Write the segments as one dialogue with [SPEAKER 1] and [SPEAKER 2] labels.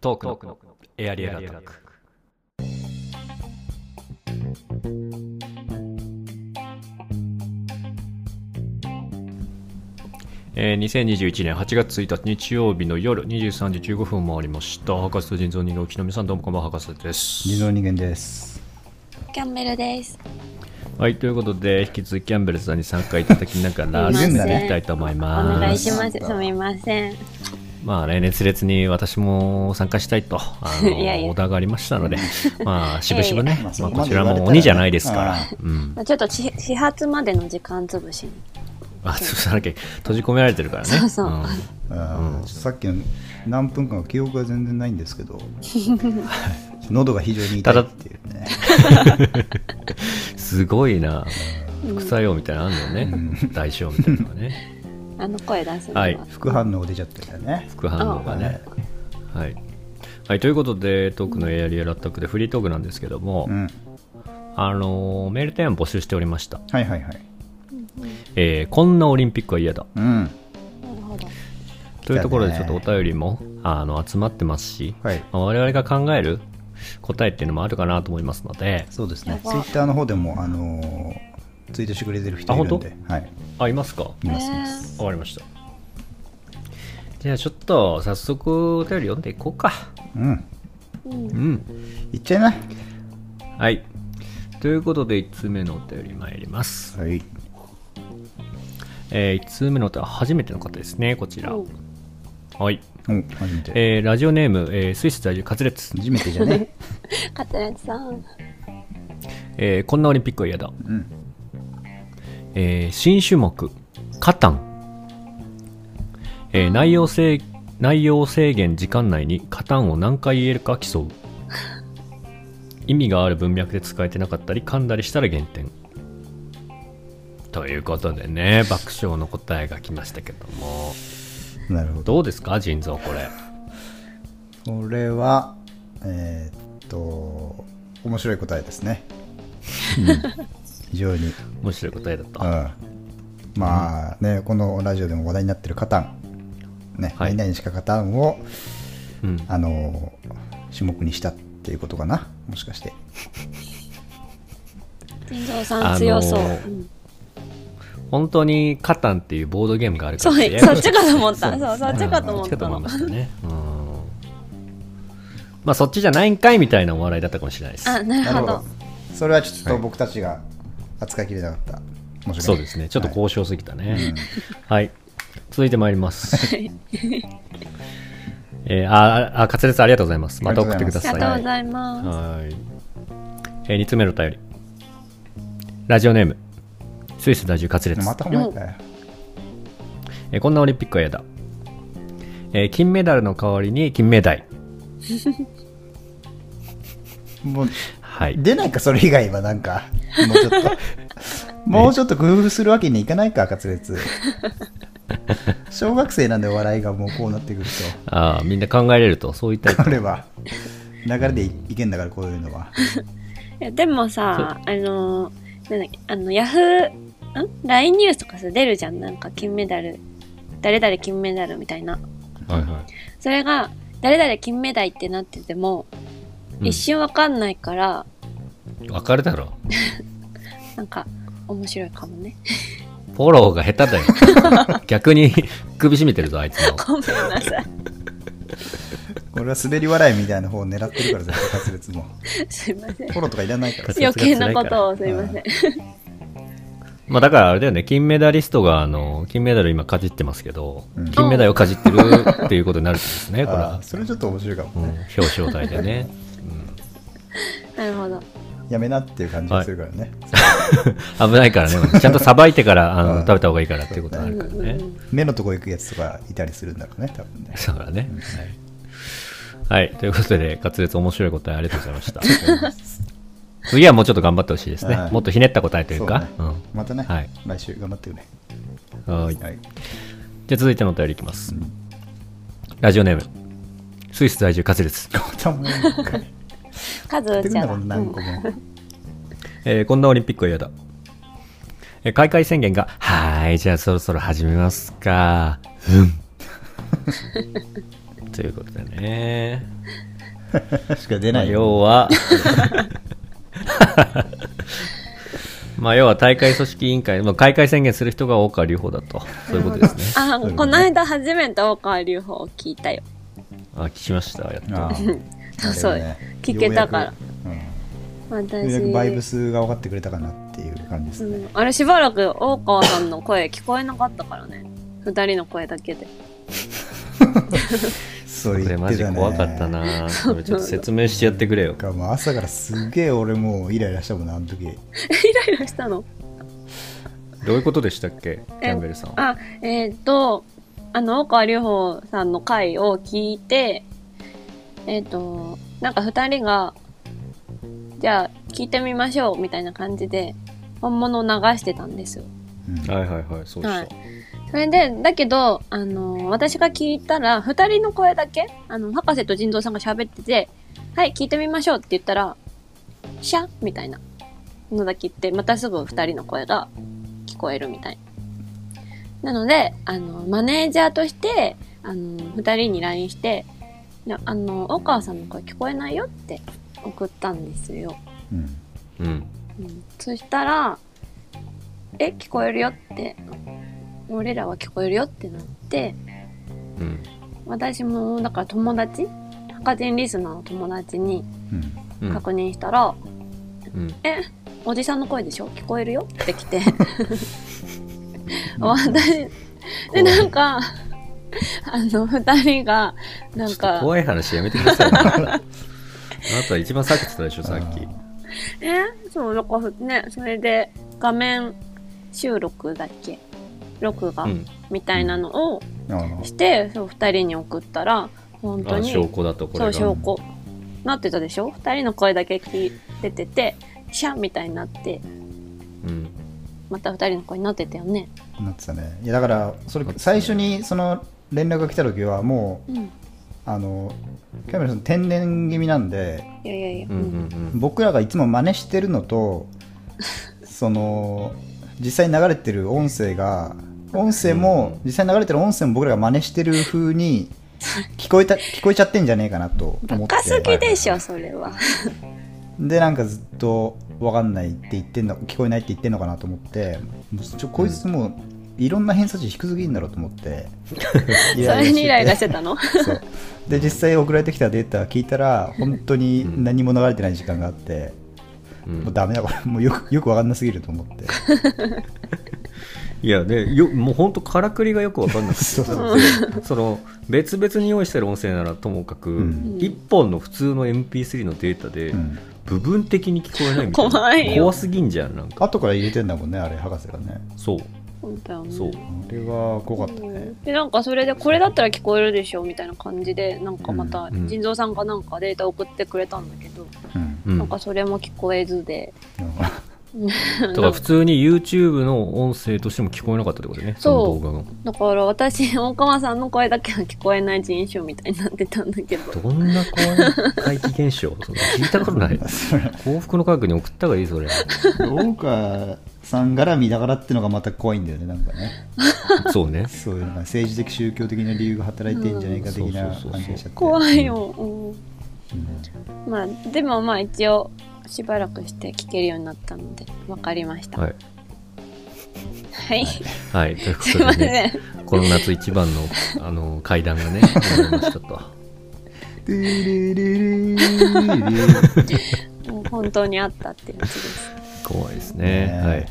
[SPEAKER 1] トークのエアリアルアタック。えー、2021年8月1日日曜日の夜23時15分もありました博士と人造人形木の皆さんどうもこんばんは博士です
[SPEAKER 2] 人造人間です
[SPEAKER 3] キャンベルです。
[SPEAKER 1] はいということで引き続きキャンベルさんに参加いただきなが ら
[SPEAKER 3] す
[SPEAKER 1] 進
[SPEAKER 2] い
[SPEAKER 1] ん
[SPEAKER 2] ません
[SPEAKER 1] でいきたいと思い
[SPEAKER 3] お
[SPEAKER 1] ます
[SPEAKER 3] 願いします。すみません。
[SPEAKER 1] まあね、熱烈に私も参加したいと、あの、
[SPEAKER 3] いやいや
[SPEAKER 1] オーダーがありましたので、まあ、しぶしぶね、
[SPEAKER 2] いやいや
[SPEAKER 1] まあ、
[SPEAKER 2] まあ
[SPEAKER 1] こちら
[SPEAKER 2] そこまで言われた
[SPEAKER 1] も
[SPEAKER 2] ら
[SPEAKER 1] 鬼じゃないですから、
[SPEAKER 2] ね
[SPEAKER 1] うん。
[SPEAKER 3] ちょっとち始発までの時間潰しに。
[SPEAKER 1] あ、そうさなきゃ閉じ込められてるからね。
[SPEAKER 3] そうそうん
[SPEAKER 2] あーさっきの何分間か記憶が全然ないんですけ ど喉が非常に痛いっていうね
[SPEAKER 1] すごいな、副作用みたいなのあんだよね。代償みたいなのがね。
[SPEAKER 3] あの声出すの
[SPEAKER 1] はい
[SPEAKER 2] 副反応出ちゃってたよね
[SPEAKER 1] 副反応がね。はい。はい、ということで、トークのエアリアラッタックでフリートークなんですけども、
[SPEAKER 2] うん
[SPEAKER 1] あのメールテーマ募集しておりました。
[SPEAKER 2] はいはいはい
[SPEAKER 1] えーこんなオリンピックは嫌だ。
[SPEAKER 2] うん
[SPEAKER 3] なるほど。
[SPEAKER 1] というところでちょっとお便りも、あの集まってますし、
[SPEAKER 2] はい
[SPEAKER 1] まあ我々が考える答えっていうのもあるかなと思いますので
[SPEAKER 2] そうですね
[SPEAKER 3] やば
[SPEAKER 2] ツイッターの方でもあのーツイートしてくれてる人いるんではい
[SPEAKER 1] あいますか
[SPEAKER 2] いますい
[SPEAKER 3] ね
[SPEAKER 2] ます
[SPEAKER 1] わかりましたじゃあちょっと早速お便り読んでいこうか
[SPEAKER 2] うん
[SPEAKER 3] うん
[SPEAKER 1] うん
[SPEAKER 2] いっちゃいな
[SPEAKER 1] はいということで1通目のお便り参ります、
[SPEAKER 2] はい
[SPEAKER 1] え1通目のお便り初めての方ですねこちら
[SPEAKER 3] うん
[SPEAKER 1] はい、
[SPEAKER 2] お初めて
[SPEAKER 1] えーラジオネーム、えースイス在住カツレツ、
[SPEAKER 2] 初めてじゃ ね
[SPEAKER 3] カツレツさん。
[SPEAKER 1] えーこんなオリンピックは嫌だ
[SPEAKER 2] うん
[SPEAKER 1] えー新種目、カタン。えー内容制内容制限時間内にカタンを何回言えるか競う。意味がある文脈で使えてなかったり、噛んだりしたら減点。ということでね、爆笑の答えが来ましたけども。
[SPEAKER 2] なるほど
[SPEAKER 1] どうですか、腎臓これ。
[SPEAKER 2] これはえーっと面白い答えですね 非常に
[SPEAKER 1] 面白い答えだった。
[SPEAKER 2] うん、まあねこのラジオでも話題になってるカタン、ね
[SPEAKER 1] はい
[SPEAKER 2] 何々しかカタンを、
[SPEAKER 1] うん。
[SPEAKER 2] あの種目にしたっていうことかなもしかして
[SPEAKER 3] 人造
[SPEAKER 1] あ
[SPEAKER 3] さ
[SPEAKER 1] のー
[SPEAKER 3] ん強そう。うん
[SPEAKER 1] 本当にカタンっていうボードゲームがあるか
[SPEAKER 3] そ
[SPEAKER 1] ら
[SPEAKER 3] う、
[SPEAKER 1] やや
[SPEAKER 3] そ
[SPEAKER 1] こし
[SPEAKER 3] っ
[SPEAKER 1] い
[SPEAKER 3] ちかと思った。そう、そ
[SPEAKER 1] あ
[SPEAKER 3] っちかと思
[SPEAKER 1] そ
[SPEAKER 3] っ
[SPEAKER 1] っちか
[SPEAKER 3] た
[SPEAKER 1] と思い
[SPEAKER 3] の
[SPEAKER 1] ま。したね。うん。まあそっちじゃないんかいみたいなお笑いだったかもしれないです。
[SPEAKER 3] あ、なるほど。
[SPEAKER 2] それはちょっと僕たちが扱いきれなかった、もし
[SPEAKER 1] そうですね。ちょっと
[SPEAKER 2] う、
[SPEAKER 1] 交渉すぎたね。はい。続いてまいります。 えー、あ、あ、カツレツありがとうございます。また送ってくだ
[SPEAKER 3] あり
[SPEAKER 1] さ
[SPEAKER 3] が
[SPEAKER 1] い。
[SPEAKER 3] とうございま
[SPEAKER 1] はい。えー、2つ目のお便り。ラジオネーム。スイス在住カツレツ。
[SPEAKER 2] またお前かよ
[SPEAKER 1] えーこんなオリンピックは嫌だ、えー金メダルの代わりに金目鯛。
[SPEAKER 2] もう
[SPEAKER 1] はい。
[SPEAKER 2] 出ないかそれ以外はなんかもうちょっと もうちょっと工夫するわけにいかないか滑舌小学生なんでお笑いがもうこうなってくると
[SPEAKER 1] ああ、みんな考えれると、そういった
[SPEAKER 2] これは流れでいいけんだからこういうのは
[SPEAKER 3] す。いやでもさ、あのー、なんだっけ、あの、ヤフー、ん ?LINE ニュースとかさ、出るじゃん。なんか金メダル。誰々金メダルみたいな。
[SPEAKER 1] はいは
[SPEAKER 3] それが、誰々金目鯛ってなってても、
[SPEAKER 1] うん
[SPEAKER 3] 一瞬わかんないから、
[SPEAKER 1] い。わかるだろ。
[SPEAKER 3] なんか、面白いかもね。
[SPEAKER 1] フォローが下手だよ。 逆に首絞めてるぞ、あいつの。
[SPEAKER 3] ごめんなさい。
[SPEAKER 2] 俺は滑り笑いみたいな方を狙ってるから絶対滑舌 も
[SPEAKER 3] すいません。
[SPEAKER 2] フォローとかいらないから
[SPEAKER 1] 滑
[SPEAKER 3] 余
[SPEAKER 1] 舌が辛い
[SPEAKER 3] 計
[SPEAKER 1] から
[SPEAKER 3] なことをすいません。
[SPEAKER 1] まあだからあれだよね、金メダリストが、あの、金メダル今かじってますけど、
[SPEAKER 2] うん
[SPEAKER 1] 金メダルをかじってるっていうことになるんですね、これ
[SPEAKER 2] あ
[SPEAKER 1] は
[SPEAKER 2] ー。それちょっと面白いかも
[SPEAKER 1] うん、表彰台でね。
[SPEAKER 3] なるほど。
[SPEAKER 2] やめなっていう感じがするからね、
[SPEAKER 1] 危ないからね、ちゃんとさばいてから、あ
[SPEAKER 2] うん
[SPEAKER 1] の、食べた方がいいからっていうことにな
[SPEAKER 3] う
[SPEAKER 1] る
[SPEAKER 3] ん
[SPEAKER 1] から
[SPEAKER 3] うんう
[SPEAKER 1] ね。
[SPEAKER 3] ん。
[SPEAKER 2] 目のとこ行くやつとかいたりするんだろうね多分ね
[SPEAKER 1] そうだね。はい。はい。ということで、滑舌面白い答えありがとうございました。次はもうちょっと頑張ってほしいですね。
[SPEAKER 2] はい
[SPEAKER 1] もっとひねった答えというか。
[SPEAKER 2] そうねまたね、
[SPEAKER 1] はい
[SPEAKER 2] 来週頑張ってくれ
[SPEAKER 1] うん。はい。
[SPEAKER 2] はい
[SPEAKER 1] じゃあ続いてのお便りいきます。ラジオネーム。スイス在住カツレツ。
[SPEAKER 2] またもう一回や
[SPEAKER 3] カズ
[SPEAKER 2] ってく
[SPEAKER 3] ー
[SPEAKER 2] ん
[SPEAKER 3] ちゃ
[SPEAKER 2] だも
[SPEAKER 3] ん
[SPEAKER 2] ん
[SPEAKER 3] が。
[SPEAKER 2] 何個も、
[SPEAKER 1] えーこんなオリンピックは嫌だ。えー開会宣言が、 はーい、じゃあそろそろ始めますか。うん。ということでね。
[SPEAKER 2] しか出な
[SPEAKER 1] ま
[SPEAKER 2] い
[SPEAKER 1] あ
[SPEAKER 2] よ。
[SPEAKER 1] 要は まあ要は大会組織委員会、まあ、開会宣言する人が多川隆法だとそういうことですね
[SPEAKER 2] そ
[SPEAKER 3] あ、
[SPEAKER 2] ういうことね
[SPEAKER 3] この間初めて大川隆法を聞いたよ。
[SPEAKER 1] あ聞きましたやっと
[SPEAKER 2] ああ
[SPEAKER 3] そうそう
[SPEAKER 2] あれね
[SPEAKER 3] 聞けたから
[SPEAKER 2] ようやくうんようやくバイブ
[SPEAKER 3] 私、
[SPEAKER 2] スが分かってくれたかなっていう感じです
[SPEAKER 3] う
[SPEAKER 2] ね。
[SPEAKER 3] ん、あれしばらく大川さんの声聞こえなかったからね。二人の声だけで。
[SPEAKER 2] そ
[SPEAKER 1] こ
[SPEAKER 2] う
[SPEAKER 1] れ
[SPEAKER 2] 言っ
[SPEAKER 1] マ
[SPEAKER 2] て
[SPEAKER 1] ジ
[SPEAKER 2] たね。
[SPEAKER 1] 怖かった。なこれちょっと説明してやってくれよ
[SPEAKER 2] かもう朝からすげえ俺もうイライラしたもんな、あの時。
[SPEAKER 3] イライラしたの
[SPEAKER 1] どういうことでしたっけキャンベルさんは
[SPEAKER 3] あ、えーっと、あの、大川隆法さんの回を聞いて、えーっと、なんか二人が、じゃあ聞いてみましょうみたいな感じで、本物を流してたんですよ。
[SPEAKER 2] うん
[SPEAKER 1] はいはいはいそうでした、
[SPEAKER 3] はいそれで、だけど、あの、私が聞いたら、二人の声だけ、あの、博士と人造さんが喋ってて、はい、聞いてみましょうって言ったら、シャッみたいなのだけ言って、またすぐ二人の声が聞こえるみたいな。なので、あの、マネージャーとして、あの、二人に LINE して、いやあの、大川さんの声聞こえないよって送ったんですよ。
[SPEAKER 2] うん
[SPEAKER 1] うん
[SPEAKER 3] うん、そしたら「え聞こえるよ」って俺らは聞こえるよってなって
[SPEAKER 1] うん
[SPEAKER 3] 私もだから友達赤人リスナーの友達に
[SPEAKER 2] うん
[SPEAKER 1] うん
[SPEAKER 3] 確認したら「
[SPEAKER 1] うん
[SPEAKER 3] えおじさんの声でしょ聞こえるよ」って来て私でなんかあの2人がな
[SPEAKER 1] ちょっ
[SPEAKER 3] ん
[SPEAKER 1] と
[SPEAKER 3] か
[SPEAKER 1] 怖い話やめてくだ さい、ね、あなた一番避けてたでしょさっき
[SPEAKER 3] えそうなんかふねそれで画面収録だっけ録画
[SPEAKER 1] うん
[SPEAKER 3] みたいなのを、
[SPEAKER 2] あの
[SPEAKER 3] してそう2人に送ったら本当
[SPEAKER 1] あ
[SPEAKER 3] に
[SPEAKER 1] 証拠だとこれ
[SPEAKER 3] そ
[SPEAKER 1] が
[SPEAKER 3] う証拠なってたでしょ2人の声だけ聞いてててシャンみたいになって
[SPEAKER 1] うん
[SPEAKER 3] また2人の声になってたよね
[SPEAKER 2] なってたね。いやだから、それ最初にその連絡が来た時はもう、
[SPEAKER 3] うんい
[SPEAKER 2] あの、キャメラさん天然気味なんで、
[SPEAKER 3] やいやいや、
[SPEAKER 1] うんうん
[SPEAKER 2] 僕らがいつも真似してるの とその実際に流れてる音声が音声も、実際に流れてる音声も僕らが真似してる風に聞こえた聞こえちゃってんじゃねえかなと
[SPEAKER 3] バ
[SPEAKER 2] 思って
[SPEAKER 3] カすぎでしょそれは
[SPEAKER 2] でなんかずっと分かんないって言ってんの聞こえないって言ってんのかなと思ってちょこいつもういろんな偏差値低すぎんだろうと思って
[SPEAKER 3] それにイライラしてたの
[SPEAKER 2] そうで実際送られてきたデータ聞いたら本当に何も流れてない時間があって、
[SPEAKER 1] うんうん
[SPEAKER 2] もうダメだこ れもうよくよく分かんなすぎると思って
[SPEAKER 1] いやねよもう本当からくりがよくわかんなく て
[SPEAKER 2] そうそう
[SPEAKER 1] その別々に用意してる音声ならともかく、
[SPEAKER 2] うん
[SPEAKER 1] 一本の普通の MP3 のデータで
[SPEAKER 2] うん
[SPEAKER 1] 部分的に聞こえないみたいな
[SPEAKER 3] 怖いよ
[SPEAKER 1] 怖すぎんじゃんなんか
[SPEAKER 2] 後から入れてんだもんねあれ博士がね
[SPEAKER 1] そう
[SPEAKER 3] 本当よね
[SPEAKER 1] そう
[SPEAKER 2] あれは怖かったね
[SPEAKER 3] でなんかそれでこれだったら聞こえるでしょみたいな感じでなんかま
[SPEAKER 1] う
[SPEAKER 3] た
[SPEAKER 1] ん
[SPEAKER 3] 腎臓さんがなんかデータ送ってくれたんだけど、
[SPEAKER 2] うん
[SPEAKER 1] うん
[SPEAKER 3] なんかそれも聞こえずで
[SPEAKER 1] だから普通に YouTube の音声としても聞こえなかったってことね
[SPEAKER 3] そう
[SPEAKER 1] の動画が
[SPEAKER 3] だから私大川さんの声だけは聞こえない人種みたいになってたんだけど
[SPEAKER 1] どんな怖い怪奇現象そんな聞いたこと ない
[SPEAKER 2] それ
[SPEAKER 1] 幸福の科学に送った方がいいそ れ
[SPEAKER 2] 大川さん絡みだからってのがまた怖いんだよねなんかね
[SPEAKER 1] そうね
[SPEAKER 2] そういうのが政治的宗教的な理由が働いてんじゃないか的な
[SPEAKER 1] うん
[SPEAKER 2] 感じがしちゃって
[SPEAKER 3] 怖いよ、うん
[SPEAKER 2] うん
[SPEAKER 3] まあでもまあ一応しばらくして聞けるようになったのでわかりましたは、
[SPEAKER 1] はいい、はい、というこ
[SPEAKER 3] す
[SPEAKER 1] と
[SPEAKER 3] いま
[SPEAKER 1] で
[SPEAKER 3] せん、
[SPEAKER 1] ねこの夏一番のあの会談が ね終わりましたと
[SPEAKER 2] ドゥルルルル
[SPEAKER 3] もう本当にあったってやつです
[SPEAKER 1] 怖いですね
[SPEAKER 2] ね
[SPEAKER 1] はい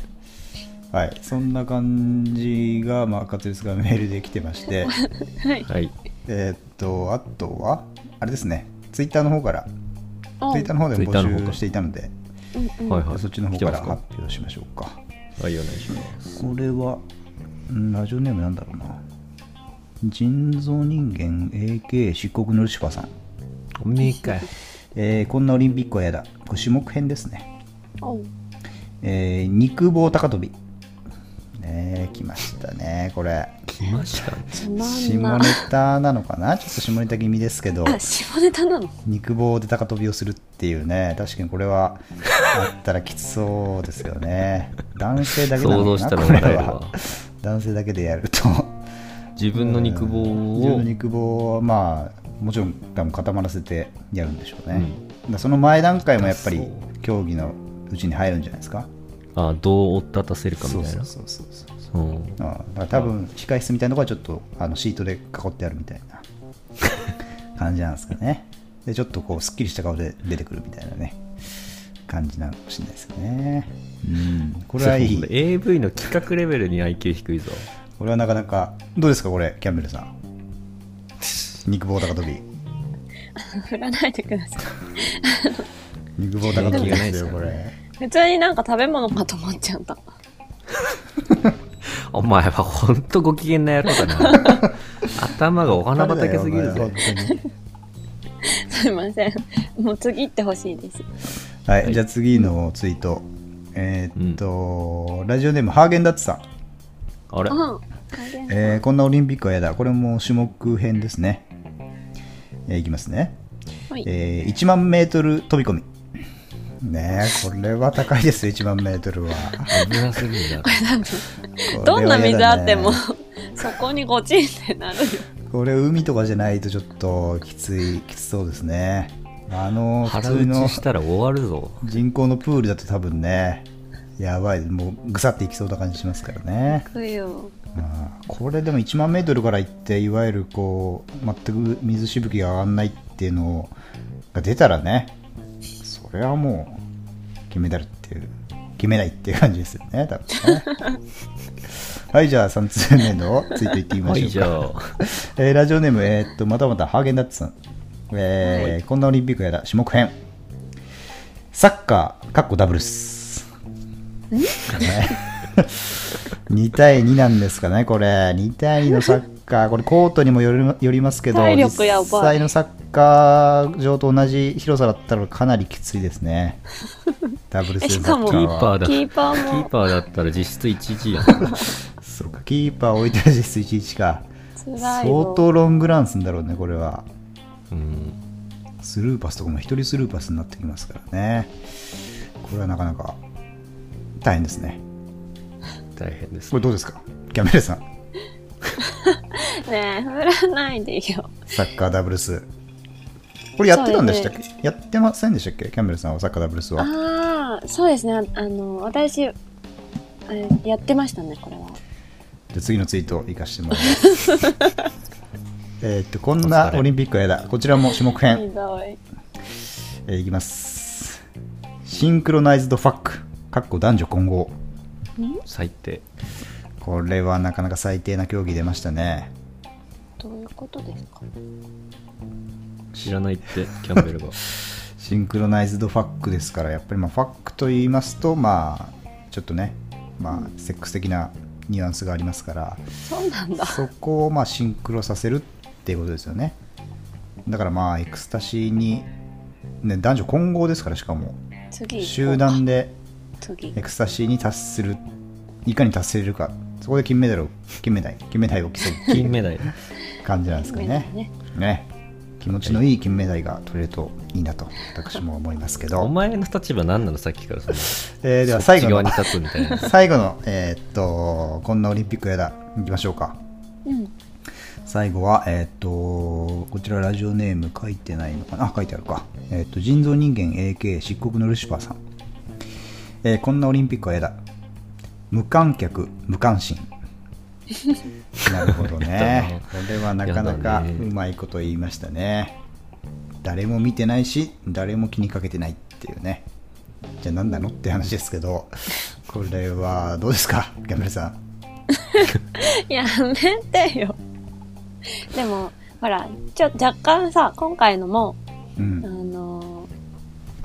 [SPEAKER 2] はいそんな感じがまあカツレツがメールで来てまして
[SPEAKER 3] はい
[SPEAKER 1] はい。
[SPEAKER 2] えーっとあとはあれですねツイッターの方から
[SPEAKER 3] お
[SPEAKER 2] ツイッターの方でも
[SPEAKER 1] Twitter の方
[SPEAKER 2] 募
[SPEAKER 1] か
[SPEAKER 2] 集していたので
[SPEAKER 3] うんうん
[SPEAKER 1] はいはい。
[SPEAKER 2] そっちの方から
[SPEAKER 1] 来てま
[SPEAKER 2] 発表しましょうか
[SPEAKER 1] すかはい、お願いします。
[SPEAKER 2] これはんラジオネームなんだろうな人造人間 AK 漆黒のルシファーさん、
[SPEAKER 1] みかい。
[SPEAKER 2] えーこんなオリンピックは嫌だこれ種目編ですね、
[SPEAKER 3] おう
[SPEAKER 2] えー肉棒高跳びねえ来ましたねこれ
[SPEAKER 1] 来ましたね。
[SPEAKER 3] つまん
[SPEAKER 2] 下
[SPEAKER 3] な
[SPEAKER 2] ネタなのかなちょっと下ネタ気味ですけど
[SPEAKER 3] あ下ネタなの
[SPEAKER 2] 肉棒で高跳びをするっていうね確かにこれはあったらきつそうですよね男性だけな
[SPEAKER 1] 想
[SPEAKER 2] の
[SPEAKER 1] 像
[SPEAKER 2] か
[SPEAKER 1] し
[SPEAKER 2] な
[SPEAKER 1] たら
[SPEAKER 2] これ
[SPEAKER 1] 笑える
[SPEAKER 2] は
[SPEAKER 1] わ。
[SPEAKER 2] 男性だけでやると
[SPEAKER 1] 自分の肉棒
[SPEAKER 2] 自分
[SPEAKER 1] を
[SPEAKER 2] の、肉棒はまあもちろん多分固まらせてやるんでしょうね、
[SPEAKER 1] う
[SPEAKER 2] だからその前段階もやっぱ
[SPEAKER 1] そう
[SPEAKER 2] り競技のうちに入るんじゃないですか
[SPEAKER 1] あどう追っ立たせるかみ
[SPEAKER 2] そう
[SPEAKER 1] たい
[SPEAKER 2] そ
[SPEAKER 1] な
[SPEAKER 2] うそうそうそう
[SPEAKER 1] うん
[SPEAKER 2] ああだから多分控室みたいなところはちょっとあのシートで囲ってあるみたいな感じなんですかねでちょっとこうすっきりした顔で出てくるみたいなね感じなのかもしれないですよねうんこれはい
[SPEAKER 1] そう
[SPEAKER 2] い
[SPEAKER 1] AV の企画レベルに IQ 低いぞ
[SPEAKER 2] これはなかなかどうですかこれキャンベルさん肉棒高跳び
[SPEAKER 3] 振らないでください。
[SPEAKER 2] 肉棒高跳び
[SPEAKER 1] 元気
[SPEAKER 2] ですよ
[SPEAKER 1] がないですか
[SPEAKER 2] こ
[SPEAKER 1] ら
[SPEAKER 2] れ
[SPEAKER 3] 普通になんか食べ物かと思っちゃった。
[SPEAKER 1] お前はほんとご機嫌な野郎だな 頭がお花畑すぎる
[SPEAKER 2] 誰だよお
[SPEAKER 1] ぜ
[SPEAKER 2] 前本当に
[SPEAKER 3] すいません。もう次行ってほしいです。
[SPEAKER 2] はい、
[SPEAKER 1] はい
[SPEAKER 2] じゃあ次のツイートえーっと、ラジオネームハーゲンダッツさん
[SPEAKER 1] あれ
[SPEAKER 3] うん。
[SPEAKER 2] えーこんなオリンピックは嫌だ。これも種目編ですね。えーいきますね。
[SPEAKER 3] はい
[SPEAKER 2] えー1万メートル飛び込み。ねえ、これは高いですよ、1万メートルは。
[SPEAKER 1] 危なすぎるだ ろ
[SPEAKER 3] どんな水あっても、
[SPEAKER 2] これは嫌だね
[SPEAKER 3] そこにゴチンってなるよ。
[SPEAKER 2] これ海とかじゃないとちょっときつい、きつそうですね。あの、普
[SPEAKER 1] 腹
[SPEAKER 2] 通の
[SPEAKER 1] 打ちしたら終わるぞ
[SPEAKER 2] 人工のプールだと多分ね、やばい、もうぐさっていきそうな感じしますからね。
[SPEAKER 3] くよ。
[SPEAKER 2] あーこれでも1万メートルから行っていわゆるこう全く水しぶきが上がらないっていうのが出たらねそれはもう決めたるっていう決めないっていう感じですよね多分ねはいじゃあ3通目のついていってみま
[SPEAKER 1] は
[SPEAKER 2] しょ
[SPEAKER 1] いうじ
[SPEAKER 2] か、
[SPEAKER 1] ゃあ
[SPEAKER 2] えーラジオネーム、えーっとまたまたハーゲンダッツさん、えーこんなオリンピックやだ種目編サッカーかっこダブルス、ね 2対2なんですかねこれ2対2のサッカーこれコートにもよるよりますけど
[SPEAKER 3] 体力やばい
[SPEAKER 2] 実際のサッカー場と同じ広さだったらかなりきついですねダブルスでサッカーは
[SPEAKER 1] キーパーだ
[SPEAKER 3] キーパー
[SPEAKER 1] キー
[SPEAKER 3] も
[SPEAKER 1] パーだったら実質1時やん
[SPEAKER 2] そうかキーパー置いてる実質11か
[SPEAKER 3] 辛いよ。
[SPEAKER 2] 相当ロングランするんだろうねこれは
[SPEAKER 1] うん
[SPEAKER 2] スルーパスとかも一人スルーパスになってきますからねこれはなかなか大変ですね
[SPEAKER 1] 大変です
[SPEAKER 2] これどうですかキャメルさん
[SPEAKER 3] ねえ、振らないでよ。
[SPEAKER 2] サッカーダブルスこれやってたんでしたっけ、やってませんでしたっけキャメルさんはサッカーダブルスは
[SPEAKER 3] ああ、そうですね。ああの、私、あれやってましたね、これ
[SPEAKER 2] じ
[SPEAKER 3] は。
[SPEAKER 2] ゃあ次のツイートを生かしてもらいます えーっとこんなオリンピックはやだこちらも種目編
[SPEAKER 3] ひどい。
[SPEAKER 2] えーいきますシンクロナイズドファックかっこ男女混合
[SPEAKER 1] 最低
[SPEAKER 2] これはなかなか最低な競技出ましたね
[SPEAKER 3] どういうことですか
[SPEAKER 1] 知らないってキャンベル が
[SPEAKER 2] シンクロナイズドファックですからやっぱりまあファックと言いますとまあちょっとねまあセックス的なニュアンスがありますから
[SPEAKER 3] そうなんだ。
[SPEAKER 2] そこをまあシンクロさせるっていうことですよねだからまあエクスタシーに、ね、男女混合ですからしかも
[SPEAKER 3] 次行こう
[SPEAKER 2] 集団で
[SPEAKER 3] 次
[SPEAKER 2] エクスタシーに達するいかに達せれるかそこで金メダルを金メダル金メダルを競うってい
[SPEAKER 1] 金メダル
[SPEAKER 2] う感じなんですか
[SPEAKER 3] 金メ
[SPEAKER 2] ね
[SPEAKER 3] ダルね
[SPEAKER 2] ね気持ちのいい金メダルが取れるといいなと私も思いますけど
[SPEAKER 1] お前の立場何なのさっきからその
[SPEAKER 2] えーでは最後
[SPEAKER 1] そっ
[SPEAKER 2] の
[SPEAKER 1] ち側に立つみたいな
[SPEAKER 2] 最後の、えーっと、こんなオリンピックやだ、いきましょうか。
[SPEAKER 3] うん
[SPEAKER 2] 最後は、えーっと、こちらラジオネーム書いてないのかなあ、書いてあるか。えーっと、人造人間 AK 漆黒のルシファーさん。えーこんなオリンピックはやだ。無観客、無 関心。なるほどね。これはなかな
[SPEAKER 1] や
[SPEAKER 2] か
[SPEAKER 1] だね
[SPEAKER 2] うまいこと言いましたね。誰も見てないし、誰も気にかけてないっていうね。じゃあ何なのって話ですけど、これはどうですか、ギャンブルさん。
[SPEAKER 3] やめてよ。でも、ほら、ちょ、若干さ、今回のも、
[SPEAKER 2] う
[SPEAKER 3] あ
[SPEAKER 2] ん。
[SPEAKER 3] の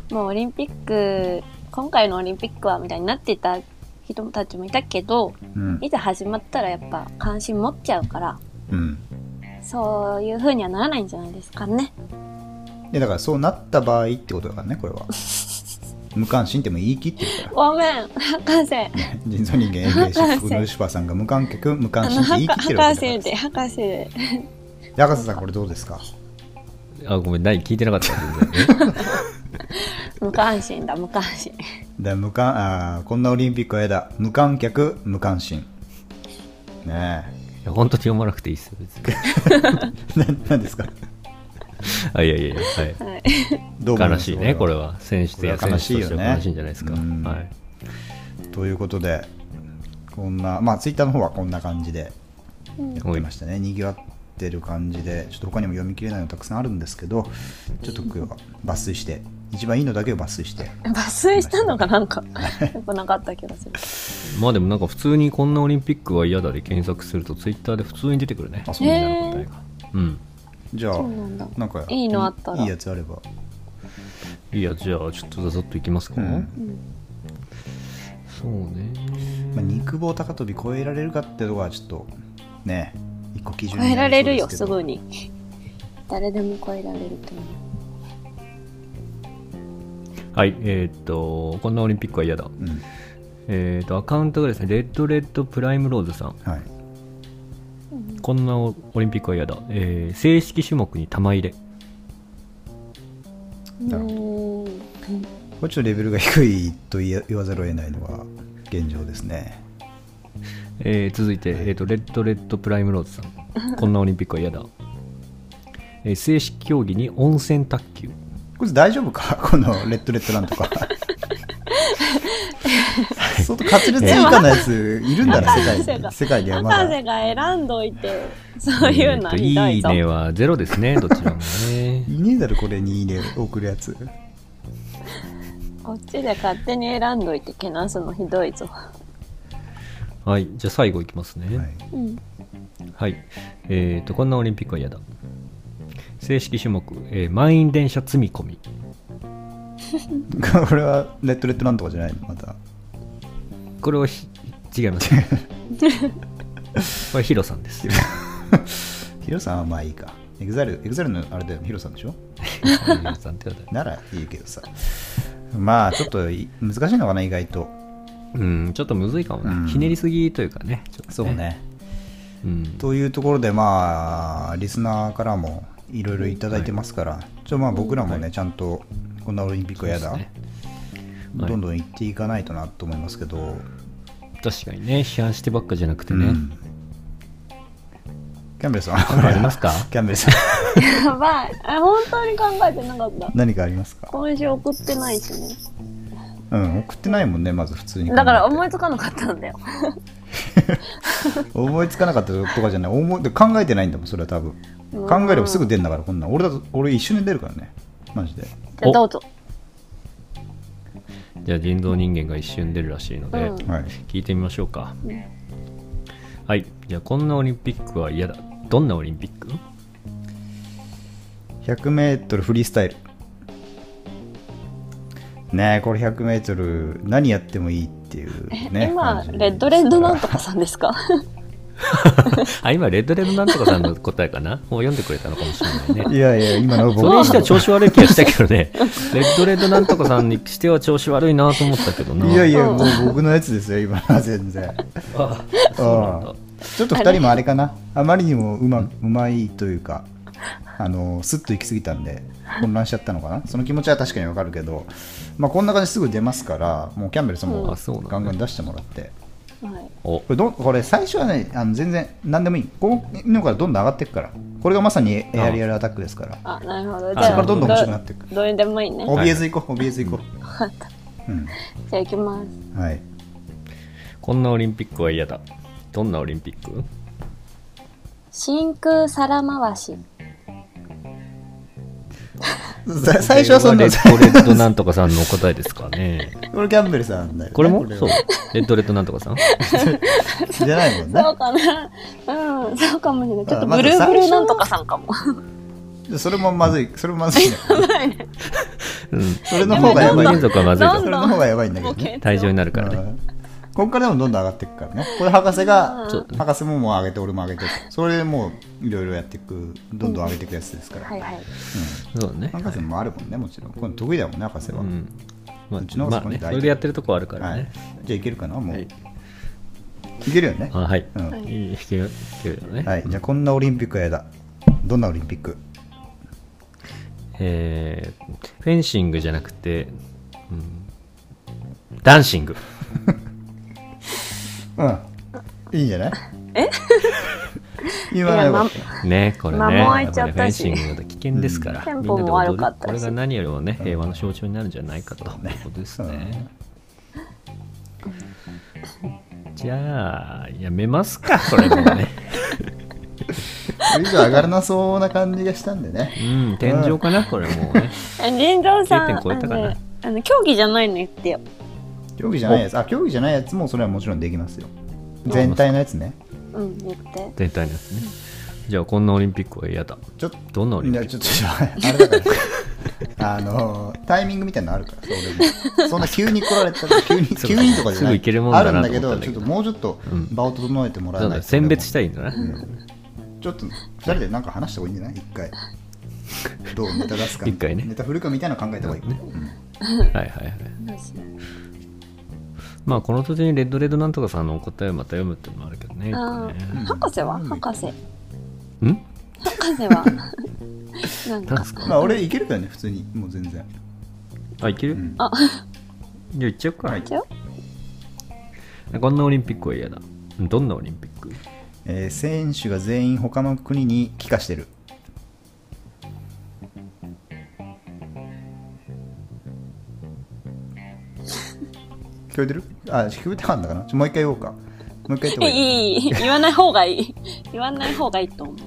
[SPEAKER 3] ーもうオリンピック、今回のオリンピックは、みたいになっていた人たちもいたけど、
[SPEAKER 2] うん。
[SPEAKER 3] いざ始まったらやっぱ関心持っちゃうから、
[SPEAKER 2] うん。
[SPEAKER 3] そういう風にはならないんじゃないですかね。
[SPEAKER 2] で、だからそうなった場合ってことだからね、これ は。無関心っても言い切ってるか
[SPEAKER 3] ごめん、博士。
[SPEAKER 2] ら。ね人造 人間 AK 漆黒のルシファーさんが無観客、無関心って言い切ってるわ
[SPEAKER 3] 博
[SPEAKER 2] けだ
[SPEAKER 3] 士
[SPEAKER 2] か
[SPEAKER 3] で、博士で。
[SPEAKER 2] ら。中瀬さん、これどうですか
[SPEAKER 1] あごめん何聞いてなかった全然
[SPEAKER 3] 無関心だ、無関心。
[SPEAKER 2] だ無観あーこんなオリンピックはやだ無観客無関心ね
[SPEAKER 1] いや本当に読まなくていいっすよ別に
[SPEAKER 2] えななんですか
[SPEAKER 1] あいやいやいや、はい、
[SPEAKER 3] はい。
[SPEAKER 2] どう思いま
[SPEAKER 1] 悲
[SPEAKER 2] す
[SPEAKER 1] しいねこれ
[SPEAKER 2] は
[SPEAKER 1] は選手
[SPEAKER 2] これ
[SPEAKER 1] で
[SPEAKER 2] は
[SPEAKER 1] 選手
[SPEAKER 2] 悲
[SPEAKER 1] と
[SPEAKER 2] しいよね
[SPEAKER 1] しては悲しいんじゃないですか、
[SPEAKER 2] うん
[SPEAKER 1] はい、
[SPEAKER 2] ということでこんなまあツイッターの方はこんな感じで
[SPEAKER 3] うん
[SPEAKER 2] やってましたねにぎわってる感じでちょっと他にも読み切れないのたくさんあるんですけどちょっと今日は抜粋して一番いいのだけを抜粋して
[SPEAKER 3] 抜粋したのがなんか、よくなかった気がする。
[SPEAKER 1] まあでもなんか普通にこんなオリンピックは嫌だで検索するとツイッターで普通に出てくるね
[SPEAKER 2] あ
[SPEAKER 1] 気
[SPEAKER 2] そう
[SPEAKER 1] にな
[SPEAKER 2] なん
[SPEAKER 3] だ
[SPEAKER 1] る答えがうん
[SPEAKER 2] じゃあ
[SPEAKER 3] そうなんだ。
[SPEAKER 2] なんか
[SPEAKER 3] いいのあったら
[SPEAKER 2] いいやつあれば
[SPEAKER 1] いやじゃあちょっとざざっといきますか、
[SPEAKER 2] うん
[SPEAKER 3] うん
[SPEAKER 1] そうね
[SPEAKER 2] まあ、肉棒高跳び超えられるかってとこはちょっとね一個基準
[SPEAKER 3] 超えられるよ、
[SPEAKER 2] になり
[SPEAKER 3] す
[SPEAKER 2] そう
[SPEAKER 3] ぐ
[SPEAKER 2] で
[SPEAKER 3] に。誰でも超えられると思う。
[SPEAKER 1] はいえーっとこんなオリンピックは嫌だ
[SPEAKER 2] すけど
[SPEAKER 1] えーっとアカウントがですねレッドレッドプライムローズさん
[SPEAKER 2] うんはい
[SPEAKER 1] こんなオリンピックは嫌だ、えー正式種目に玉入れ
[SPEAKER 2] なる
[SPEAKER 3] ほ
[SPEAKER 2] これちょっとレベルが低いと言え言わざるを得ないのが現状ですね
[SPEAKER 1] えー続いて、えーとレッドレッドプライムローズさんこんなオリンピックは嫌だ、えー正式競技に温泉卓球
[SPEAKER 2] これ大丈夫か このレッドレッドランとか相当滑舌以下のやついるんだな
[SPEAKER 3] え
[SPEAKER 2] 世界に世界にはま
[SPEAKER 3] 博
[SPEAKER 2] だ
[SPEAKER 3] 士が選んどいて、そういうのは
[SPEAKER 1] えーと
[SPEAKER 3] ひど
[SPEAKER 1] い
[SPEAKER 3] い
[SPEAKER 1] い
[SPEAKER 3] ぞ。
[SPEAKER 1] ねはゼロですねどちらもね
[SPEAKER 2] いねえだろこれにいいね送るやつ
[SPEAKER 3] こっちで勝手に選んどいてけなすのひどいぞ。
[SPEAKER 1] はいじゃあ最後いきますね
[SPEAKER 2] は
[SPEAKER 1] はいい、
[SPEAKER 3] うん。
[SPEAKER 1] えーとこんなオリンピックは嫌だ正式種目、えー満員電車積み込み
[SPEAKER 2] これはレッドレッドランとかじゃないのまた
[SPEAKER 1] これはひ違いますこれヒロさんです
[SPEAKER 2] ヒロさんはまあいいかエグザイルエグザイルのあれだよヒロさんでしょ
[SPEAKER 1] ヒロさんってことで
[SPEAKER 2] ならいいけどさまあちょっとい難しいのかな意外と
[SPEAKER 1] うんちょっとむずいかもね、
[SPEAKER 2] うん
[SPEAKER 1] ひねりすぎというかねちょっと
[SPEAKER 2] そうね
[SPEAKER 1] うん、
[SPEAKER 2] というところでまあリスナーからもいろいろいただいてますから、ちょまあ僕らもね、ちゃんとこんなオリンピックは嫌だ、
[SPEAKER 1] そうですねはい
[SPEAKER 2] どんどん行っていかないとなと思いますけど、
[SPEAKER 1] 確かにね批判してばっかじゃなくて
[SPEAKER 2] う
[SPEAKER 1] ね、
[SPEAKER 2] んキャンベルさん
[SPEAKER 1] ありますか
[SPEAKER 2] キャンベルさん
[SPEAKER 3] やばい。あ、本当に考えてなかった。
[SPEAKER 2] 何かありますか
[SPEAKER 3] 今週送ってないしね。
[SPEAKER 2] うん送ってないもんねまず普通に考えて
[SPEAKER 3] だから思いつかなかったんだよ。
[SPEAKER 2] 思いつかなかったとかじゃない思いで考えてないんだもんそれは多分
[SPEAKER 3] うん
[SPEAKER 2] 考えればすぐ出るんだからこんなん俺だと俺一瞬で出るからねマジで
[SPEAKER 3] じゃあどうぞ。
[SPEAKER 1] じゃあ人造人間が一瞬出るらしいので、
[SPEAKER 3] うん
[SPEAKER 2] はい
[SPEAKER 1] 聞いてみましょうか
[SPEAKER 3] うん
[SPEAKER 1] はいじゃあこんなオリンピックは嫌だどんなオリンピック
[SPEAKER 2] 100m フリースタイルねえこれ 100m 何やってもいいっていうね
[SPEAKER 3] 今、
[SPEAKER 2] 感じ
[SPEAKER 3] レッドレッドなんとかさんですか
[SPEAKER 1] あ今レッドレッドなんとかさんの答えかなもう読んでくれたのかもしれないね
[SPEAKER 2] いやいや今の僕
[SPEAKER 1] それにしては調
[SPEAKER 2] い
[SPEAKER 1] 子悪い気がしたけどねレッドレッドなんとかさんにしては調子悪いなと思ったけどな
[SPEAKER 2] やいや
[SPEAKER 3] うん
[SPEAKER 2] もう僕のやつですよ今 のは全然
[SPEAKER 1] あそうなん
[SPEAKER 2] う
[SPEAKER 1] だ
[SPEAKER 2] んちょっと2人もあれかなあまりにもうまうまいというかあのスッと行き過ぎたんで混乱しちゃったのかなその気持ちは確かにわかるけど、まあ、こんな感じすぐ出ますからもうキャンベルさん
[SPEAKER 1] うん
[SPEAKER 2] も
[SPEAKER 1] あそうなんだ
[SPEAKER 2] ガンガン出してもらって。
[SPEAKER 3] はい。
[SPEAKER 1] お
[SPEAKER 2] これどんこれ最初はねあの全然何でもいいこのからどんどん上がっていくからこれがまさにエエアリアルアタックですから
[SPEAKER 3] あ、なるほど。
[SPEAKER 1] あ
[SPEAKER 3] じゃあ、
[SPEAKER 2] そこからどんどん面白くなっていく
[SPEAKER 3] どどれでもいいね。
[SPEAKER 2] オビエズ行こうオビエズ行こう
[SPEAKER 3] わかった
[SPEAKER 2] うん
[SPEAKER 3] じゃあ行きます。
[SPEAKER 2] はい
[SPEAKER 1] こんなオリンピックは嫌だどんなオリンピック
[SPEAKER 3] 真空皿回し。
[SPEAKER 2] さ最初はそんな
[SPEAKER 1] レッドレッドなんとかさんのお答えですかね
[SPEAKER 2] これキャンベルさんだよね
[SPEAKER 1] これも
[SPEAKER 2] は
[SPEAKER 1] そうレッドレッドなんとかさん
[SPEAKER 2] じゃないもんね
[SPEAKER 3] そうかな。うん、そうかもしれない。ちょっと
[SPEAKER 2] あま
[SPEAKER 3] ブ
[SPEAKER 2] ず
[SPEAKER 3] ルーブル
[SPEAKER 2] 最初
[SPEAKER 3] ー
[SPEAKER 2] は
[SPEAKER 3] なんとかさんかも。
[SPEAKER 2] それもまずいそれもまずい ね
[SPEAKER 1] うん
[SPEAKER 2] それの方がやばい
[SPEAKER 1] 人
[SPEAKER 2] そ
[SPEAKER 1] 族はまずい
[SPEAKER 3] ど
[SPEAKER 1] だ
[SPEAKER 3] ん
[SPEAKER 2] れ
[SPEAKER 1] ろ
[SPEAKER 3] どん
[SPEAKER 2] の方がやばいんだけど
[SPEAKER 3] ボケ
[SPEAKER 2] ね
[SPEAKER 1] 退場になるから
[SPEAKER 2] う
[SPEAKER 1] ね
[SPEAKER 2] んここからでもどんどん上がっていくからねこれ博士が
[SPEAKER 1] そう
[SPEAKER 2] 博士ももう上げて俺も上げてそれでもういろいろやっていくどんどん上げていくやつですから、
[SPEAKER 3] はいはい。
[SPEAKER 1] そうだね
[SPEAKER 2] 博士もあるもんねもちろんこれ得意だもんね博士は、
[SPEAKER 1] うんまあ
[SPEAKER 2] うちの方
[SPEAKER 1] ま
[SPEAKER 2] が
[SPEAKER 1] あ
[SPEAKER 2] そこに
[SPEAKER 1] ねそ
[SPEAKER 2] 大事
[SPEAKER 1] れでやってるとこあるから
[SPEAKER 2] はい
[SPEAKER 1] ね、
[SPEAKER 2] じゃあいけるかなもう、
[SPEAKER 1] はい
[SPEAKER 2] い、けるよね
[SPEAKER 1] あはい、
[SPEAKER 2] うん
[SPEAKER 1] いい引ける引けるよね、
[SPEAKER 2] はいじゃあこんなオリンピックはやだどんなオリンピック
[SPEAKER 1] えーフェンシングじゃなくて、うん、ダンシング
[SPEAKER 2] うんいいんじゃないえ
[SPEAKER 3] い
[SPEAKER 2] 今の
[SPEAKER 3] や、
[SPEAKER 2] よ
[SPEAKER 3] ま
[SPEAKER 2] かっ、
[SPEAKER 1] ねこれね
[SPEAKER 3] まあもう開いちゃったし
[SPEAKER 1] やっぱりフェンシングの時験ですから、
[SPEAKER 3] うん
[SPEAKER 1] みんなで
[SPEAKER 3] テンポも悪
[SPEAKER 1] 踊
[SPEAKER 3] か
[SPEAKER 1] る
[SPEAKER 3] った
[SPEAKER 1] こ
[SPEAKER 3] で
[SPEAKER 1] れ
[SPEAKER 3] す
[SPEAKER 1] が何よりもね平和の象徴になるんじゃないかということですね。じゃあやめますかそれもね、
[SPEAKER 2] これ以上上がらなそうな感じがしたんでね
[SPEAKER 1] うん、天井かなこれもうね
[SPEAKER 3] え人造さん、
[SPEAKER 1] 0.5超えたかな
[SPEAKER 3] あのねあの競技じゃないの言ってよ。
[SPEAKER 2] 競技じゃないやつあ競技じゃないやつもそれはもちろんできますよ全体のやつね
[SPEAKER 3] うん、言って。
[SPEAKER 1] 全体のやつねじゃあこんなオリンピックは嫌だ
[SPEAKER 2] ちょっと
[SPEAKER 1] どんなオリン
[SPEAKER 2] い
[SPEAKER 1] ピッ
[SPEAKER 2] やちょっとちょっとあれだ からあのタイミングみたいなのあるからそれもそんな急に来られ たら急に
[SPEAKER 1] そうだ
[SPEAKER 2] 急にとかじゃ
[SPEAKER 1] す
[SPEAKER 2] な
[SPEAKER 1] ぐ
[SPEAKER 2] い
[SPEAKER 1] 行けるもんだ
[SPEAKER 2] あ
[SPEAKER 1] な
[SPEAKER 2] る
[SPEAKER 1] と
[SPEAKER 2] ん
[SPEAKER 1] 思っ
[SPEAKER 2] だ
[SPEAKER 1] た
[SPEAKER 2] け
[SPEAKER 1] んだけど
[SPEAKER 2] どちょっともうちょっと
[SPEAKER 1] うん
[SPEAKER 2] 場を整えても
[SPEAKER 1] ク
[SPEAKER 2] ら
[SPEAKER 1] そ
[SPEAKER 2] わ
[SPEAKER 1] う
[SPEAKER 2] な
[SPEAKER 1] だ
[SPEAKER 2] いと
[SPEAKER 1] 選別した
[SPEAKER 2] い
[SPEAKER 1] いんだな、
[SPEAKER 2] ちょっと2人でなんか話した方がいいんじゃない一回どうネタ出す か
[SPEAKER 1] 一回ね
[SPEAKER 2] ネタ振るかみたいなの考えた方がいい、
[SPEAKER 1] ね
[SPEAKER 2] うん
[SPEAKER 1] はいはいはいまあこの途中にレッドレッドなんとかさんのお答えをまた読むってのもあるけどね
[SPEAKER 3] あー
[SPEAKER 2] うん
[SPEAKER 3] 博士は
[SPEAKER 2] うん
[SPEAKER 3] 博士。
[SPEAKER 1] うん
[SPEAKER 3] 博士は なん
[SPEAKER 1] なん
[SPEAKER 3] か
[SPEAKER 1] す
[SPEAKER 2] ま
[SPEAKER 1] か
[SPEAKER 2] あ俺いけるからね普通にもう全然、
[SPEAKER 1] あいける、
[SPEAKER 2] うん
[SPEAKER 3] あ
[SPEAKER 1] じゃあ行っちゃおうか、
[SPEAKER 2] はい
[SPEAKER 3] 一応
[SPEAKER 1] こんなオリンピックは嫌だどんなオリンピック
[SPEAKER 2] えー選手が全員他の国に帰化 してる聞こえてるあ聞こえてはんだかなちょもう一回言おうかもう一回言った方がいいかない
[SPEAKER 3] いいい言わない方がいい言わない方がいいと思う。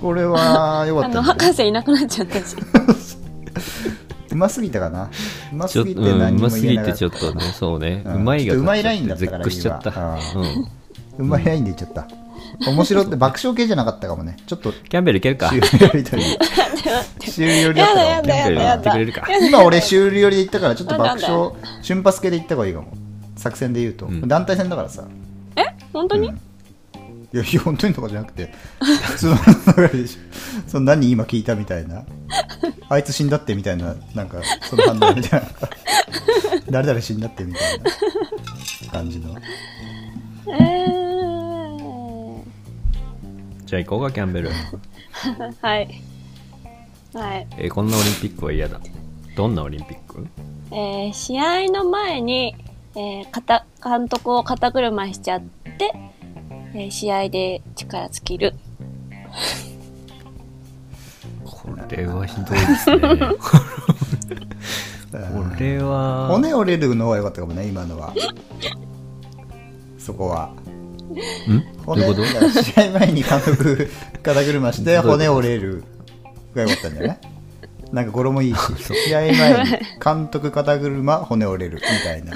[SPEAKER 2] これはよかっ
[SPEAKER 3] あの
[SPEAKER 2] たん
[SPEAKER 3] 博
[SPEAKER 2] だね
[SPEAKER 3] 士いなくなっちゃった し。
[SPEAKER 2] うますぎたかなうます
[SPEAKER 1] ちょっ
[SPEAKER 2] ぎて
[SPEAKER 1] とう
[SPEAKER 2] 何
[SPEAKER 1] んう
[SPEAKER 2] にも
[SPEAKER 1] ます
[SPEAKER 2] 言え
[SPEAKER 1] ぎ
[SPEAKER 2] なか
[SPEAKER 1] てち
[SPEAKER 2] った
[SPEAKER 1] ょっとねそうね、
[SPEAKER 2] うん
[SPEAKER 1] うまいが
[SPEAKER 2] ちょっとうまいラインだ
[SPEAKER 1] 勝
[SPEAKER 2] っ
[SPEAKER 1] ったち
[SPEAKER 2] か
[SPEAKER 1] ゃ
[SPEAKER 2] ら
[SPEAKER 1] って絶句しちゃった
[SPEAKER 2] 今あー
[SPEAKER 1] うん
[SPEAKER 2] うまいラインで言っちゃった面白って爆笑系じゃなかったかもねちょっと
[SPEAKER 1] キャンベルいけるか
[SPEAKER 2] 終了 りという終了りだったか
[SPEAKER 3] やだや
[SPEAKER 2] も
[SPEAKER 3] だやだやだ。
[SPEAKER 1] やってくれ
[SPEAKER 2] 今俺修理寄りで行ったからちょっと
[SPEAKER 3] なん
[SPEAKER 2] 爆
[SPEAKER 3] だ
[SPEAKER 2] 笑瞬発系で行った方がいいかも作戦で言うと、
[SPEAKER 1] うん
[SPEAKER 2] 団体戦だからさ
[SPEAKER 3] え本当に、
[SPEAKER 2] うんいやいや本当にとかじゃなく て普通の流れでしょその何今聞いたみたいなあいつ死んだってみたいななんかその反応み たいな誰々死んだってみたいな感じの
[SPEAKER 3] えー、
[SPEAKER 1] じゃあ行こうかキャンベル、
[SPEAKER 3] はい。はい。
[SPEAKER 1] えーこんなオリンピックは嫌だどんなオリンピック
[SPEAKER 3] えー試合の前に、えー肩監督を肩車しちゃって、えー試合で力尽きる。
[SPEAKER 1] これはひどいですねこれは
[SPEAKER 2] 骨折れるのは良かったかもね今のはそこは
[SPEAKER 1] んどうい
[SPEAKER 2] 骨
[SPEAKER 1] うこと
[SPEAKER 2] だから試合前に監督肩車して
[SPEAKER 1] どうい
[SPEAKER 2] 骨
[SPEAKER 1] うこと
[SPEAKER 2] 折れるが良かったんじゃないなんか語呂もいいし試合前に監督肩車骨折れるみたいな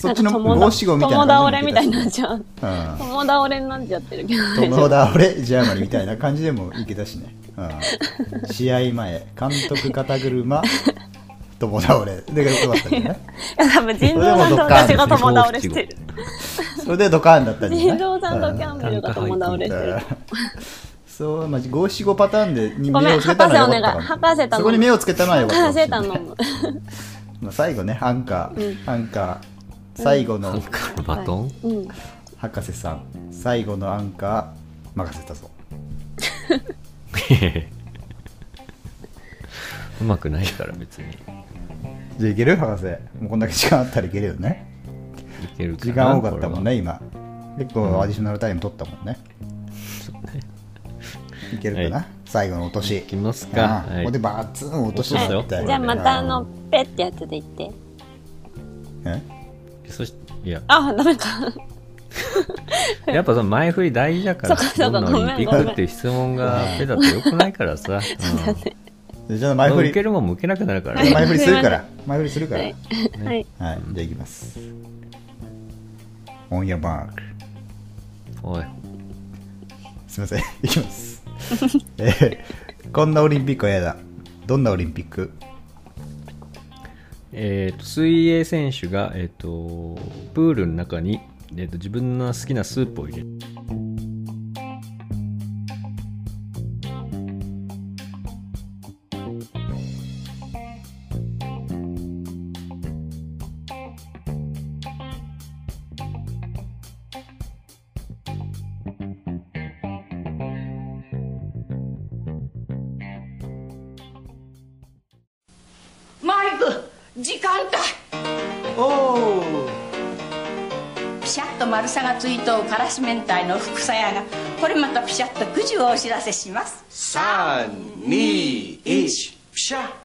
[SPEAKER 2] そっちの
[SPEAKER 3] なんか友
[SPEAKER 2] 五七五みたいな
[SPEAKER 3] 友倒れみたいに
[SPEAKER 2] な
[SPEAKER 3] なっちゃう。
[SPEAKER 2] うん
[SPEAKER 3] 友倒れになっちゃってるけど。
[SPEAKER 2] 友倒れジャーマリみたいな感じでもいけたしね、うん、試合前監督肩車友倒れで良かったんじゃない
[SPEAKER 3] い や、多分人造さんと私が友倒れしてる。
[SPEAKER 2] それでドカーンだったんじゃ
[SPEAKER 3] 人
[SPEAKER 2] ない
[SPEAKER 3] 造さんとキャンベルが友倒れしてる。
[SPEAKER 2] そう、まじ五四五パターンでに
[SPEAKER 3] ごめ
[SPEAKER 2] 目
[SPEAKER 3] ん
[SPEAKER 2] をつけたのは良かったかも
[SPEAKER 3] 博士お願い博士頼む
[SPEAKER 2] そこに目をつけたのは良かったかも
[SPEAKER 3] 博
[SPEAKER 2] しれ
[SPEAKER 3] 士
[SPEAKER 2] ない
[SPEAKER 3] 頼む。
[SPEAKER 2] まあ最後ね、アンカー、アンカー、最後の
[SPEAKER 1] バトン、
[SPEAKER 3] うん。
[SPEAKER 2] 博士さん、最後のアンカー、任せたぞ。
[SPEAKER 1] うまくないから別にい
[SPEAKER 2] じゃあいける博士。もうこんだけ時間あったらいけるよね。
[SPEAKER 1] けるかな
[SPEAKER 2] 時間多かったもん
[SPEAKER 1] これ
[SPEAKER 2] ね、今。結構アディショナルタイム取ったもんね。いけるか
[SPEAKER 1] は
[SPEAKER 2] な最後の落とし
[SPEAKER 1] は。いきますか
[SPEAKER 2] ああ
[SPEAKER 1] は
[SPEAKER 2] こ
[SPEAKER 1] い
[SPEAKER 2] こでバツン落としだ
[SPEAKER 1] そう
[SPEAKER 2] っ
[SPEAKER 1] 落とす
[SPEAKER 2] て
[SPEAKER 1] よ。
[SPEAKER 3] じゃあまたあの、ペってやつで言って。
[SPEAKER 2] え。
[SPEAKER 1] そしいや
[SPEAKER 3] あ、ダメか。
[SPEAKER 1] やっぱその前振り大事だから
[SPEAKER 3] そうかそうか
[SPEAKER 1] どんなオリンピ
[SPEAKER 3] ごめ
[SPEAKER 1] ッ
[SPEAKER 3] んご
[SPEAKER 1] ク
[SPEAKER 3] めん
[SPEAKER 1] っていう質問がペだと良くないから さ、うん
[SPEAKER 2] でじゃあ前振り
[SPEAKER 1] 受けるもんも受けなくなるから
[SPEAKER 3] はい
[SPEAKER 2] 前振りするから 前振りするか
[SPEAKER 3] は
[SPEAKER 2] らはいい。
[SPEAKER 3] はい。
[SPEAKER 2] じゃあいきますオンヤマーク
[SPEAKER 1] おい
[SPEAKER 2] すいませんいき ますえーこんなオリンピックは嫌だどんなオリンピック
[SPEAKER 1] えーと水泳選手が、えー、とプールの中に、えー、と自分の好きなスープを入れる
[SPEAKER 4] マイク時間だ
[SPEAKER 5] おお
[SPEAKER 4] ピシャッと丸さがついとうからし明太のふくさやがこれまたピシャッとくじをお知らせします
[SPEAKER 5] 三二一ピシャ